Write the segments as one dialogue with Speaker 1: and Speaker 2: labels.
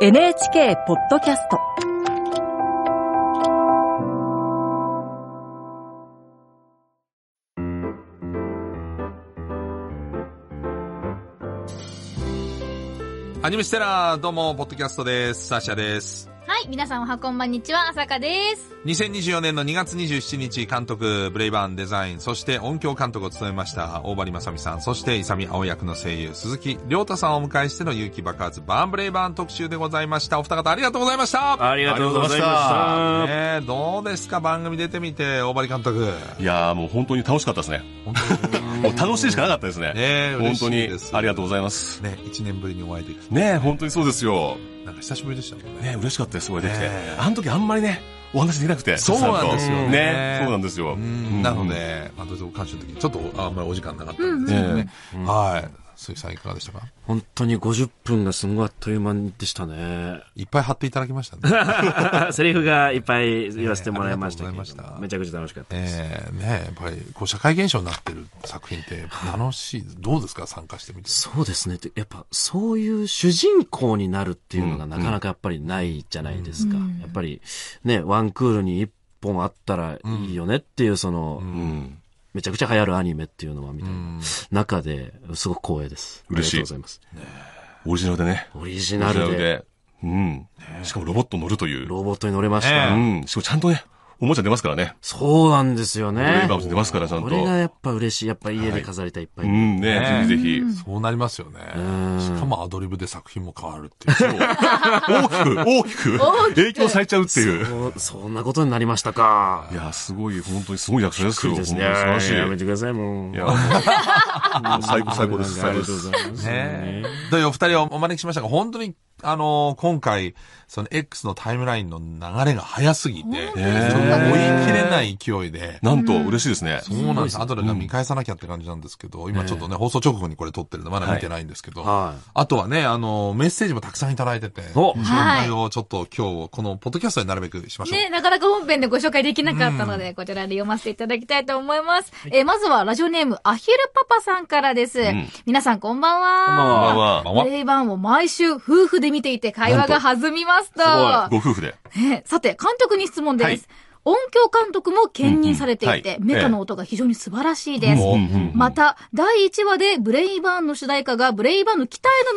Speaker 1: NHK ポッドキャスト
Speaker 2: アニメステラー、どうも、ポッドキャストです。サーシャです。
Speaker 3: はい、皆さんおはこんばんにちは、朝香です。
Speaker 2: 2024年の2月27日、監督、ブレイバーンデザイン、そして音響監督を務めました、大張正美さん、そして、勇美青役の声優、鈴木亮太さんをお迎えしての勇気爆発、バーンブレイバーン特集でございました。お二方ありがとうございました。
Speaker 4: ありがとうございま
Speaker 2: ね
Speaker 4: し
Speaker 2: えどうですか、番組出てみて、大張監督。
Speaker 4: た。いやーもう本当に楽しかったですね。もう楽しいしかなかったです
Speaker 2: ね
Speaker 4: ね。
Speaker 2: え
Speaker 4: 本
Speaker 2: 嬉し
Speaker 4: 当
Speaker 2: い
Speaker 4: に
Speaker 2: です
Speaker 4: ありがとうございます。
Speaker 2: ね、1年ぶりにお会いできて、
Speaker 4: ねえ、本当にそうですよ。
Speaker 2: なんか久しぶりでしたもん
Speaker 4: ねえ、
Speaker 2: ね。
Speaker 4: 嬉しかったです、すごいできて
Speaker 2: ねえ。
Speaker 4: あの時あんまりね、お話できなくて。
Speaker 2: そうなんですよね
Speaker 4: ねえそうなんですよ。
Speaker 2: うん、なので、あの、監修の時、ちょっとあんまりお時間なかったんですけどね。はい。鈴木さんいかがでしたか
Speaker 5: 本当に50分がすごいあっという間でしたね。
Speaker 2: いっぱい貼っていただきましたね。
Speaker 5: セリフがいっぱい言わせてもらいました
Speaker 2: ねありがとうござ
Speaker 5: けど
Speaker 2: いました
Speaker 5: めちゃくちゃ楽しかったです。
Speaker 2: えー、ねやっぱり、こう、社会現象になってる作品って楽しい。どうですか参加してみて。
Speaker 5: そうですね。やっぱそういう主人公になるっていうのがなかなかやっぱりないじゃないですか。やっぱりね、ワンクールに一本あったらいいよねっていうその、
Speaker 4: うん。
Speaker 5: めちゃくちゃ流行るアニメっていうのはみたいな中ですごく光栄です。
Speaker 4: 嬉しい
Speaker 5: ありがとうございます。
Speaker 4: オリジナルでね。
Speaker 5: オリジ
Speaker 4: オ
Speaker 5: ナルで。
Speaker 4: うん。しかもロボット乗るという。
Speaker 5: ロボットに乗れました。
Speaker 2: ね
Speaker 4: うん。しかもちゃんとね、おもちゃ出ますからね。
Speaker 5: そうなんですよ
Speaker 4: ブレ
Speaker 5: ね
Speaker 4: イ。バーズ出ますから、ちゃん。
Speaker 5: ことれがやっぱ嬉しい。やっぱ家で飾りたいいっぱい。
Speaker 4: うん
Speaker 2: ねえ
Speaker 4: ね、ぜひぜひ。
Speaker 2: そうなりますよね。
Speaker 5: ん
Speaker 2: しかもアドリブで作品も変わるっていう。
Speaker 4: 大きく、大きく、影響されちゃうっていう。
Speaker 5: そそんなことになりましたか
Speaker 4: い。や、すごい、本当にすごい役者ですよ。
Speaker 5: いいですね。
Speaker 4: 本当に素
Speaker 5: や
Speaker 4: 晴
Speaker 5: め
Speaker 4: らしい。
Speaker 5: てください、もう。
Speaker 4: いや、も うもう最高、最高です、
Speaker 5: あ
Speaker 4: 最
Speaker 5: りがとう
Speaker 4: 高で
Speaker 5: ご
Speaker 4: す
Speaker 5: ざ。います。
Speaker 2: ねというお二人をお招きしましたが、本当に、あのー今回、その X のタイムラインの流れが早すぎて、そん
Speaker 4: ね
Speaker 2: な追い切れない勢いで、
Speaker 4: なんと、嬉しいですね。
Speaker 2: そうなんです。後で見返さなきゃって感じなんですけど、今ちょっとね、放送直後にこれ撮ってるんで、まだ見てないんですけど、
Speaker 5: はい。
Speaker 2: あとはね、あのーメッセージもたくさんいただいてて、
Speaker 5: お
Speaker 2: 紹介をちょっと今日、このポッドキャストになるべくしましょう。
Speaker 3: ね、なかなか本編でご紹介できなかったので、こちらで読ませていただきたいと思います。えーまずはラジオネーム、アヒルパパさんからです。皆さんこんばんは。
Speaker 5: こんばん
Speaker 4: まあ
Speaker 2: こ
Speaker 5: は
Speaker 4: まあ、
Speaker 2: んばんは
Speaker 3: プレイ版を毎週夫婦で見ていて会話が弾みますと。
Speaker 5: なん
Speaker 4: ご夫婦で。
Speaker 3: ねさて、監督に質問です。
Speaker 4: はい
Speaker 3: 音響監督も兼任されていて、
Speaker 4: うんうんはい
Speaker 3: メカの音が非常に素晴らしいです。
Speaker 2: お
Speaker 3: また、第1話でブレイバーンの主題歌がブレイバーンの機体の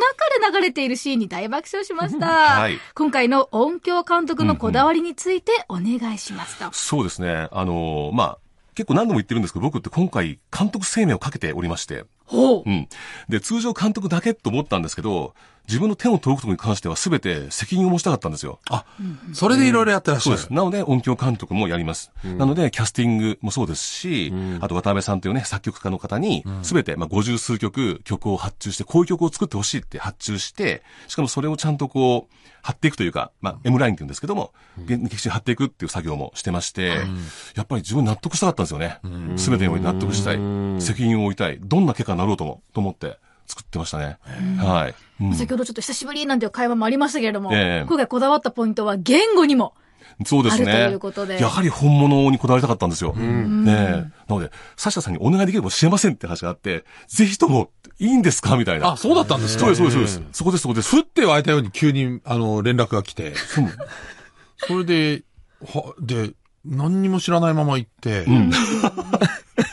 Speaker 3: 中で流れているシーンに大爆笑しました。
Speaker 4: い
Speaker 3: 今回の音響監督のこだわりについてお願いしますと。
Speaker 4: そうですね。あのー、まあ、結構何度も言ってるんですけど、僕って今回、監督生命をかけておりまして。
Speaker 3: ほう。
Speaker 4: うん。で、通常監督だけと思ったんですけど、自分の手の届くところに関しては全て責任を持ちたかったんですよ。
Speaker 2: あ、それでいろいろやってらっし
Speaker 4: そう
Speaker 2: ゃ
Speaker 4: で
Speaker 2: る。
Speaker 4: す。なので、音響監督もやります。なので、キャスティングもそうですし、あと渡辺さんというね、作曲家の方に、すべて、まあ、50数曲、曲を発注して、こういう曲を作ってほしいって発注して、しかもそれをちゃんとこう、貼っていくというか、まあ、M ラインって言うんですけども、現劇中に貼っていくっていう作業もしてまして、やっぱり自分納得したかったんですよね。すべてにおいて納得したい。責任を負いたい。どんな結果になろうとも、と思って作ってましたね。はい。うん
Speaker 3: 先ほどちょっと久しぶりなんていう会話もありましたけれども、
Speaker 4: ええ
Speaker 3: 今回こだわったポイントは言語にも。
Speaker 4: そうですね。
Speaker 3: あるということで
Speaker 4: やはり本物にこだわりたかったんですよ。ねえ。なので、サシャさんにお願いできれば教えませんって話があって、ぜひとも、いいんですかみたいな。
Speaker 2: あ、そうだったんですか
Speaker 4: そうです、そうです、そうです。そこです、そこです。
Speaker 2: ふって湧いたように急に、あの、連絡が来て、
Speaker 4: そう
Speaker 2: それで、は、で、何にも知らないまま行って、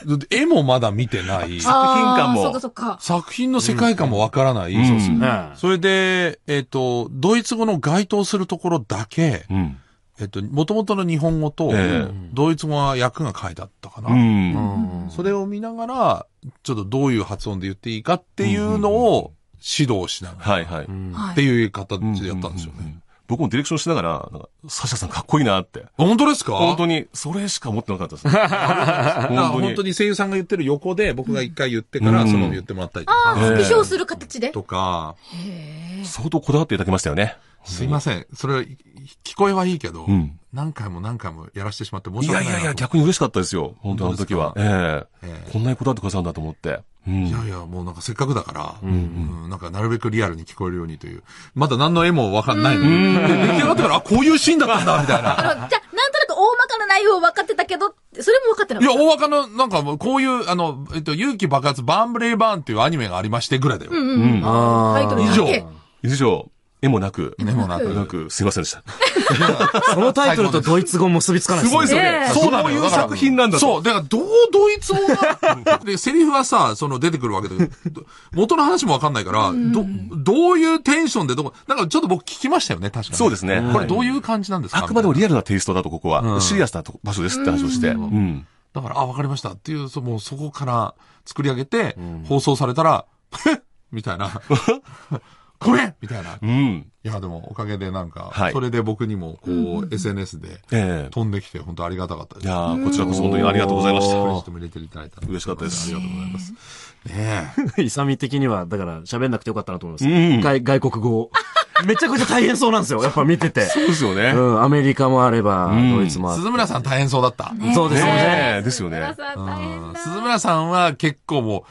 Speaker 2: で絵もまだ見てない、
Speaker 4: 作品感も
Speaker 3: あーそっかそっか。
Speaker 2: 作品の世界観もわからない、
Speaker 4: うん
Speaker 2: そうですね
Speaker 5: うん
Speaker 2: それで、えっ、と、ドイツ語の該当するところだけ、
Speaker 4: うん。
Speaker 2: えっ、と、元々の日本語と
Speaker 4: ええ、
Speaker 2: ドイツ語は訳が書いてあったかな。
Speaker 4: うん。
Speaker 2: それを見ながら、ちょっとどういう発音で言っていいかっていうのを指導しながら、
Speaker 4: はい、はい。
Speaker 3: は
Speaker 2: っ
Speaker 3: い
Speaker 2: ていう形でやったんですよ
Speaker 4: ううう
Speaker 2: ね。
Speaker 4: ん。僕もディレクションしながら、なんかサシャさんかっこいいなって。
Speaker 2: 本当ですか
Speaker 4: 本当
Speaker 2: に。
Speaker 4: に、それしか思ってなかっ たです。
Speaker 2: だから
Speaker 4: 本
Speaker 2: 本当に声優さんが言ってる横で僕が一回言ってから、
Speaker 4: うん
Speaker 2: その言ってもらったりとか。
Speaker 3: あー微笑する形で。
Speaker 2: とか、
Speaker 4: 相当こだわっていただきましたよね。
Speaker 2: すいません。それ、聞こえはいいけど、
Speaker 4: うん
Speaker 2: 何回も何回もやらしてしまって申
Speaker 4: い
Speaker 2: し
Speaker 4: や
Speaker 2: 訳な
Speaker 4: い
Speaker 2: い
Speaker 4: やいや、
Speaker 2: なと
Speaker 4: 逆に嬉しかったですよ。本当あの時は。え
Speaker 2: え
Speaker 4: え。こんなにこだわってくださるんだと思って。うん。
Speaker 2: いやいや、もうなんかせっかくだから、うんなんかなるべくリアルに聞こえるようにという。まだ何の絵もわかんないので。で出来上がったから、あ、こういうシーンだったんだ、みたいな。
Speaker 3: あの、 じゃあ、なんとなく大まかな内容分かってたけど、それも分かってないか
Speaker 2: や、
Speaker 3: った。
Speaker 2: 大若の、なんか、こういう、あの、えっと、勇気爆発、バーンブレイバーンっていうアニメがありましてぐらいだよ。
Speaker 3: うんうん。タイトル
Speaker 2: 以上
Speaker 3: だけ。
Speaker 4: 以上、絵もなく。
Speaker 2: でもなく。
Speaker 4: なく、すいませんでした。
Speaker 5: そのタイトルとドイツ語結びつかない
Speaker 4: すごいですよね
Speaker 3: え。え
Speaker 4: そうなの
Speaker 2: そなのよ
Speaker 4: よそうういう作品なんだと。
Speaker 2: そう、だからどうドイツ語が、で、セリフはさ、その出てくるわけで、ど 元の話もわかんないから、ど、どういうテンションでどこ、なんかちょっと僕聞きましたよね、確かに。
Speaker 4: そうですね
Speaker 2: これどう
Speaker 4: はい
Speaker 2: いう感じなんですか
Speaker 4: あくまでも
Speaker 2: み
Speaker 4: リアルなテイストだと、ここ
Speaker 2: う
Speaker 4: は。
Speaker 2: ん
Speaker 4: シリアスなとこ場所ですって話をして。うん。
Speaker 2: たいなだから、あ、わかりましたっていう、そもうそこから作り上げて、放送されたら、 えっみたいな。 ごめんみたいな。い
Speaker 4: うん。
Speaker 2: や、でも、おかげでなんか、
Speaker 4: はい
Speaker 2: それで僕にも、こう、SNS で
Speaker 4: ええ。
Speaker 2: 飛んできて、本当ありがたかったです。
Speaker 4: いやーこちらこそ本当にありがとうございまし
Speaker 2: プレ
Speaker 4: た
Speaker 2: ジ。ットも入れていただいたの
Speaker 4: 嬉しかったです
Speaker 2: ありがとうございます。ねえ。
Speaker 5: イサミ的には、だから喋んなくてよかったなと思います。
Speaker 4: うん
Speaker 5: 外外国語を。めちゃくちゃ大変そうなん ですよ。やっぱ見てて。
Speaker 4: そうですよ
Speaker 5: う
Speaker 4: ね。
Speaker 5: ん、アメリカもあれば、
Speaker 4: うん
Speaker 5: ドイツもあって
Speaker 2: 鈴村さん大変そうだった。
Speaker 5: そうですよね。
Speaker 4: ねえですよね。
Speaker 3: 皆さん大変だ。
Speaker 2: 鈴村さんは結構もう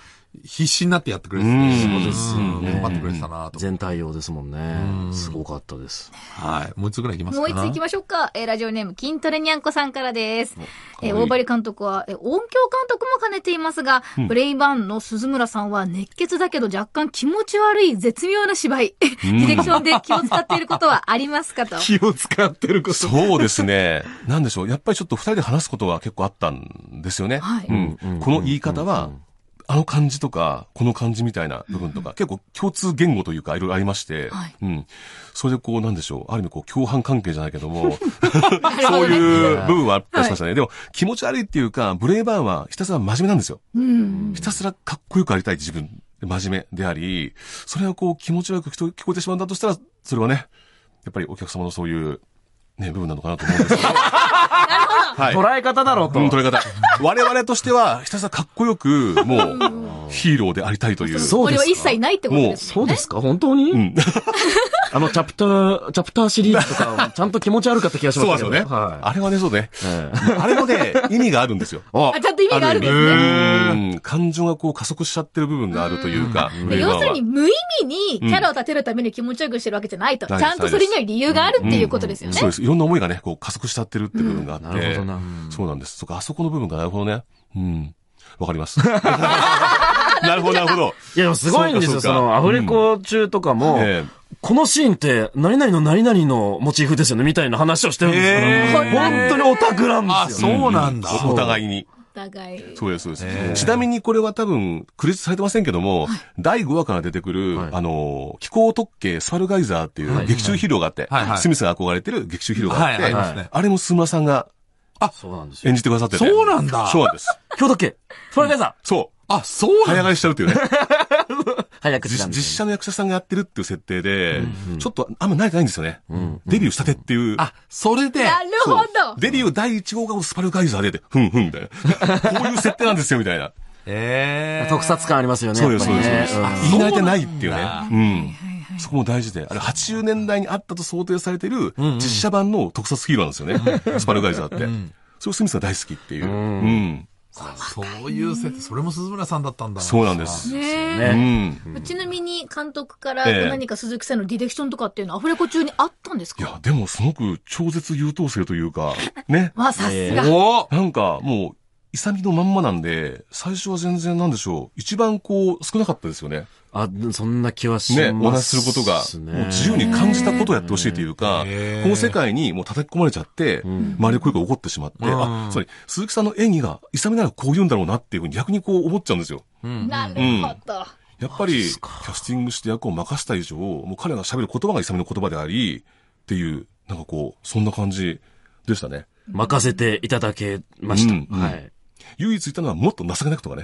Speaker 2: 必死になってやってくれてて、
Speaker 4: うん
Speaker 2: そう
Speaker 5: ですよね
Speaker 2: 頑張ってくれてたなと。
Speaker 5: 全体用ですもんね。すごかったです。
Speaker 2: はい。もう一つぐらいいきます
Speaker 3: も
Speaker 2: か
Speaker 3: う一つ行きましょうか。えーラジオネーム、筋トレにゃんこさんからです。えー大張監督は、えー音響監督も兼ねていますが、ブレイバーンの鈴村さんは熱血だけど若干気持ち悪い絶妙な芝 居。ディレクションで気を使っていることはあります かと。
Speaker 5: 気を使ってること。
Speaker 4: そうですね。なんでしょう。やっぱりちょっと二人で話すことが結構あったんですよね。
Speaker 3: はい
Speaker 4: うん
Speaker 5: うん
Speaker 4: この言い方は、あの感じとか、この感じみたいな部分とか、結構共通言語というか、いろいろありまして、
Speaker 3: はい
Speaker 4: うん。それでこう、なんでしょう。ある意味、こう、共犯関係じゃないけど も、
Speaker 3: なるほ
Speaker 4: そう
Speaker 3: どね
Speaker 4: いう部分はあったりしましたね。でも、気持ち悪いっていうか、ブレイバーンはひたすら真面目なんですよ。
Speaker 3: うん。
Speaker 4: ひたすらかっこよくありたい自分、真面目であり、それはこう気持ち悪く聞こ聞こえてしまうんだとしたら、それはね、やっぱりお客様のそういう、ね、部分なのかなと思う んですけど。はい。
Speaker 5: 捉え方だろうと。
Speaker 4: うん、捉え方。我々としては、ひたすらかっこよく、もう、ヒーローでありたいという。
Speaker 5: そう
Speaker 3: こ
Speaker 5: で
Speaker 3: れ
Speaker 5: す
Speaker 3: は
Speaker 5: か
Speaker 3: 一切ないってことです
Speaker 5: そ
Speaker 3: もん
Speaker 5: う
Speaker 3: ね。
Speaker 5: ですか本当に、
Speaker 4: ん
Speaker 5: あの、チャプター、チャプターシリーズとか、ちゃんと気持ち悪かった気がし
Speaker 4: そう
Speaker 5: ま
Speaker 4: ですす
Speaker 5: け
Speaker 4: よ
Speaker 5: ど。
Speaker 4: ね。
Speaker 5: は
Speaker 4: あれはね、そうね。
Speaker 5: い。ええ
Speaker 4: あれ もね、意味があるんですよ。
Speaker 3: あちゃんと意味があるんで
Speaker 4: あ
Speaker 3: すね。
Speaker 4: うん。感情がこう加速しちゃってる部分があるというか。
Speaker 3: で
Speaker 4: 令和は
Speaker 3: 要するに無意味にキャラを立てるために気持ちよくしてるわけじゃないと。ち
Speaker 4: うん
Speaker 3: ゃんとそれには理由があるっていうことですよね
Speaker 4: そう。です。いろんな思いがね、こう加速しちゃってるって部分があって。
Speaker 5: なるほどな。
Speaker 4: そうなんです。そこ、あそこの部分がなるほどね。うん。わか ります。なるほど、なるほど。
Speaker 5: いや、でもすごいんですよ。そ
Speaker 4: そうかそうか
Speaker 5: の、アフレコ中とかも、
Speaker 4: ええ
Speaker 5: このシーンって、何々の何々のモチーフですよね、みたいな話をしてるんですから、
Speaker 2: へー
Speaker 5: 本当にオタクなん
Speaker 2: あ、
Speaker 5: ですよ。
Speaker 2: そうなんだ。
Speaker 4: おお互いに。
Speaker 3: お互い。
Speaker 4: そうです、そうです、
Speaker 2: ええ
Speaker 4: ちなみにこれは多分、クレジットされてませんけども、第5話から出てくる、
Speaker 5: はい
Speaker 4: あの、気候特計スパルガイザーってい
Speaker 5: は
Speaker 4: う
Speaker 5: い
Speaker 4: 劇中ヒーローがあって、
Speaker 2: はいはい
Speaker 4: スミスが憧れてる劇中ヒーローが
Speaker 2: は
Speaker 4: あっ
Speaker 2: い、
Speaker 4: て、
Speaker 2: ありますね。
Speaker 4: あれもスマさんが
Speaker 5: そうなんですよ。
Speaker 4: 演じてくださってて。
Speaker 2: そうなんだ
Speaker 4: そうなんです。
Speaker 5: 今日だけ、フラガイザ
Speaker 4: そう。
Speaker 2: あ、そうなん
Speaker 4: 早替
Speaker 2: だ。
Speaker 4: えしちゃうっていう ね。
Speaker 5: ー早口
Speaker 4: 実
Speaker 5: なんで
Speaker 4: 実
Speaker 5: す
Speaker 4: 写の役者さんがやってるっていう設定で、ちょっとあんま慣れてないんですよね。デビューしたてっていう。
Speaker 2: あ、それで、
Speaker 3: なるほど。
Speaker 4: デビュー第1号がスパルガイザーでで、ふんふんみたいな。こういう設定なんですよ、みたいな。
Speaker 2: ええ。
Speaker 5: 特撮感ありますよね。
Speaker 4: そうで
Speaker 5: や
Speaker 4: す、そう
Speaker 5: っぱりね
Speaker 4: です。
Speaker 5: ん
Speaker 4: 言い慣れてないっていう
Speaker 2: そう
Speaker 4: ね
Speaker 2: な。
Speaker 4: うん。そこも大事で。あれ、80年代にあったと想定されてる、実写版の特撮ヒーローなんですよね。スパルガイザーって。それをスミスが大好きっていう。うん。
Speaker 2: そういう設定、それも鈴村さんだったんだ。
Speaker 4: そうなんで。す。
Speaker 3: ね
Speaker 4: う
Speaker 5: ね
Speaker 4: ん。
Speaker 3: えちなみに監督から
Speaker 4: ええ
Speaker 3: 何か鈴木さんのディレクションとかっていうのはアフレコ中にあったんです
Speaker 4: い
Speaker 3: か
Speaker 4: や、でもすごく超絶優等生というか、ね。
Speaker 3: わあ、さすが。
Speaker 2: お
Speaker 4: なんか、もう、イサミのまんまなんで、最初は全然なんでしょう。一番こう、少なかったですよね。
Speaker 5: あ、そんな気はします
Speaker 4: ね、お話しすることが、もう自由に感じたことをやってほしいというか、
Speaker 2: へー
Speaker 4: この世界にもう叩き込まれちゃって、周りの声が起こってしまって、
Speaker 2: うん
Speaker 4: あ、それ、鈴木さんの演技が、イサミならこう言うんだろうなっていうふうに逆にこう思っちゃうんですよ。
Speaker 3: なるほど。
Speaker 4: やっぱり、キャスティングして役を任せた以上、もう彼が喋る言葉がイサミの言葉であり、っていう、なんかこう、そんな感じでしたね。
Speaker 5: 任せていただけました。
Speaker 4: うんうん
Speaker 5: はい。
Speaker 4: 唯一いたのはもっと情けなくとかね。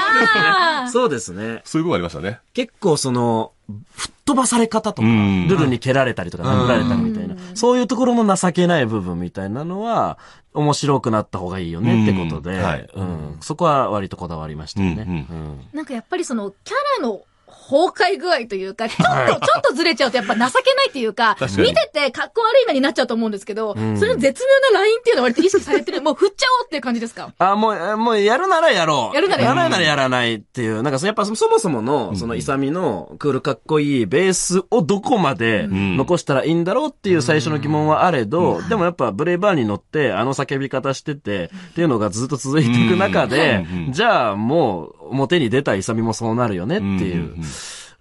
Speaker 3: あ
Speaker 5: そうですね。
Speaker 4: そういう部分ありましたね。
Speaker 5: 結構その、吹っ飛ばされ方とか、
Speaker 4: うん
Speaker 5: ルルに蹴られたりとか、殴られたりみたいな、そういうところの情けない部分みたいなのは、面白くなった方がいいよねってことで、
Speaker 4: うんはい
Speaker 5: うんそこは割とこだわりましたよね。
Speaker 4: う
Speaker 5: うん
Speaker 3: あ。なんかやっぱりそのキャラの崩壊具合というか、ちょっと、ちょっとずれちゃうとやっぱ情けないっていうか、
Speaker 4: 確かに
Speaker 3: 見てて格好悪いなになっちゃうと思うんですけど、そ
Speaker 5: ん
Speaker 3: れの絶妙なラインっていうのは割と意識され てる。もう振っちゃおうっていう感じですか
Speaker 5: あ、もうえ、もう、やるならやろう。
Speaker 3: やるならやろう
Speaker 5: やらないならやらないっていう。なんかそ、やっぱそ、そもそもの、その、イサミの、クールかっこいいベースをどこまで
Speaker 4: ん
Speaker 5: 残したらいいんだろうっていう最初の疑問はあれど、でもやっぱ、ブレイバーに乗って、あの叫び方してて、っていうのがずっと続いていく中で
Speaker 4: うん、
Speaker 5: じゃあ、もう、表に出たイサミもそうなるよねっていう
Speaker 4: うんうん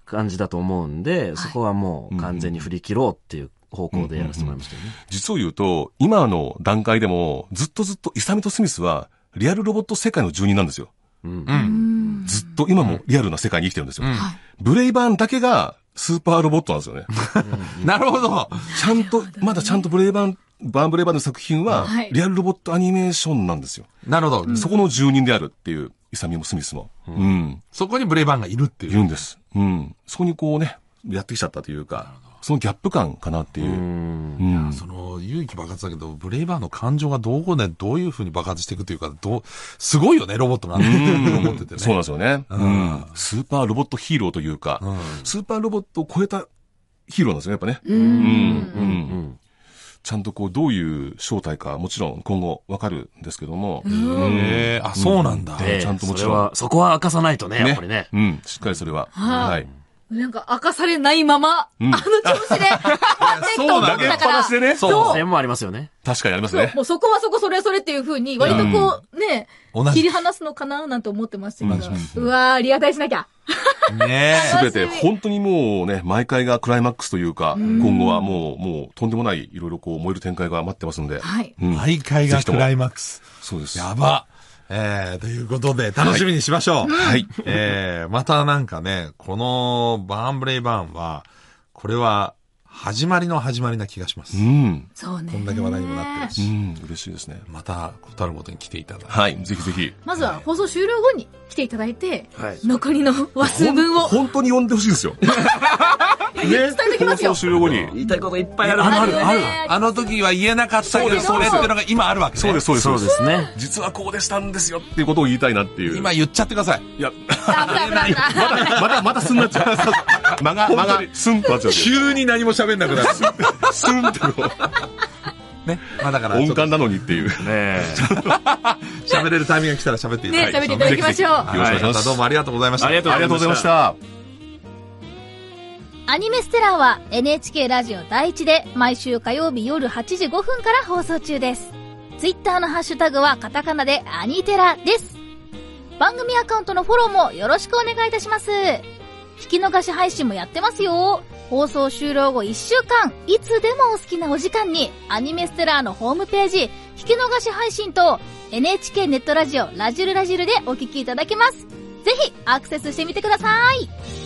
Speaker 5: 感じだと思うんで、そこはもう完全に振り切ろうっていう方向でやらせてもらいましたよね。
Speaker 4: 実を言うと、今の段階でも、ずっとずっとイサミとスミスは、リアルロボット世界の住人なんですよ。
Speaker 5: うん
Speaker 3: うん
Speaker 4: ずっと今もリアルな世界に生きてるんですよ。
Speaker 2: うん
Speaker 3: はい
Speaker 4: ブレイバーンだけがスーパーロボットなんですよね。
Speaker 2: なるほど。
Speaker 4: ちゃんと、まだちゃんとブレイバーン、バーンブレイバーンの作品は
Speaker 3: はい、
Speaker 4: リアルロボットアニメーションなんですよ。
Speaker 2: なるほど。
Speaker 4: そ
Speaker 2: そ
Speaker 4: この住人であるっていう、イサミもスミスも。うん。
Speaker 2: そこにブレイバンがいるって
Speaker 4: い
Speaker 2: いう。
Speaker 4: るんです。うん。そこにこうね、やってきちゃったというか、そのギャップ感かなってい
Speaker 5: う
Speaker 4: う。
Speaker 5: ん
Speaker 4: うん。
Speaker 2: その、勇気爆発だけど、ブレイバーの感情がどこでどういう風に爆発していくというか、どう、すごいよね、ロボットがね。思っててね。
Speaker 4: そうなんですよね。うん。スーパーロボットヒーローというか、
Speaker 2: うん
Speaker 4: スーパーロボットを超えたヒーローなんですよね、やっぱね。
Speaker 3: う
Speaker 4: うん
Speaker 3: ん。
Speaker 4: うんちゃんとこう、どういう正体か、もちろん今後わかるんですけども、
Speaker 2: へえ、あ、そうなんだ。
Speaker 4: で
Speaker 5: ええ
Speaker 4: ちゃんともち
Speaker 5: そ
Speaker 4: ろん
Speaker 5: れは、そこは明かさないとね、やっぱりね。
Speaker 4: うん、しっかりそれは。
Speaker 3: はい
Speaker 4: はい。
Speaker 3: なんか明かされないまま、あ
Speaker 4: ん
Speaker 3: の調 子で、やっていくと思っ
Speaker 2: そうなんだ
Speaker 3: たから。
Speaker 4: ね
Speaker 5: そう。そう線もありますよね。
Speaker 4: 確かにあります
Speaker 3: そう
Speaker 4: ね。
Speaker 3: もうそこはそこそれはそれっていうふうに、割とこう、ね、
Speaker 2: 同じ
Speaker 3: 切り離すのかななんて思ってましたけ
Speaker 4: 同
Speaker 3: ど
Speaker 4: じ。
Speaker 3: うわー、リアタイしなきゃ。
Speaker 2: ね
Speaker 4: すべ
Speaker 3: 楽しみ
Speaker 4: て、本当にもうね、毎回がクライマックスというか、今後はもう、もう、とんでもない、いろいろこう、燃える展開が待ってますんで。
Speaker 3: はい。
Speaker 4: うん
Speaker 2: 毎回がクライマックス。
Speaker 4: そうです。
Speaker 2: やば。えー、ということで、楽しみにしましょう。
Speaker 4: はい。
Speaker 2: えー、またなんかね、このバーンブレイバーンは、これは、始まりの始まりな気がします
Speaker 4: う。ん。
Speaker 3: そうね。
Speaker 2: こんだけ話題にもなってる
Speaker 4: う
Speaker 2: し、
Speaker 4: ん、嬉しいですね。
Speaker 2: また、ことあるごとに来ていただいて。
Speaker 4: はい、ぜひぜひ。
Speaker 3: まずは放送終了後に来ていただいて、
Speaker 5: はい
Speaker 3: 残りの話数分を
Speaker 4: 本当に呼んでほしいですよ。ね、
Speaker 3: ときますよ
Speaker 4: 放送終了後に。
Speaker 5: 言いたいこといっぱいある。
Speaker 3: あるよね
Speaker 2: あの時は言えなかったけど、そ
Speaker 3: そう
Speaker 2: れ
Speaker 3: で
Speaker 2: っ
Speaker 3: す
Speaker 2: てのが今あるわけね。
Speaker 4: そうです、そうです。
Speaker 5: そうですね。
Speaker 4: 実はこうでしたんですよっていうことを言いたいなっていう。
Speaker 2: 今言っちゃってください。
Speaker 4: いや、
Speaker 3: あ危ない危ない危ない
Speaker 4: また、また、またすんなっちゃう。間が、間が、すんとなっちゃう。
Speaker 2: 急に何も喋んなくなる。
Speaker 4: すんってこ
Speaker 2: ね。まあだか
Speaker 4: う、
Speaker 2: ら、
Speaker 4: 音
Speaker 2: ちょ
Speaker 4: 感なのにっていう。
Speaker 5: ね
Speaker 2: っと喋れるタイミングが来たら喋っていただい、
Speaker 3: ね
Speaker 2: て。
Speaker 3: 喋っていただきましょう。
Speaker 4: よろしくお願いし
Speaker 2: ま
Speaker 4: ます
Speaker 2: たどうもありがとうございました。
Speaker 5: ありがとう
Speaker 4: ありがとうございました。
Speaker 6: アニメステラーは NHK ラジオ第一で毎週火曜日夜8時5分から放送中です。ツイッターのハッシュタグはカタカナでアニテラです。番組アカウントのフォローもよろしくお願いいたします。聞き逃し配信もやってますよ。放送終了後1週間、いつでもお好きなお時間にアニメステラーのホームページ、聞き逃し配信と NHK ネットラジオラジルラジルでお聞きいただけます。ぜひアクセスしてみてください。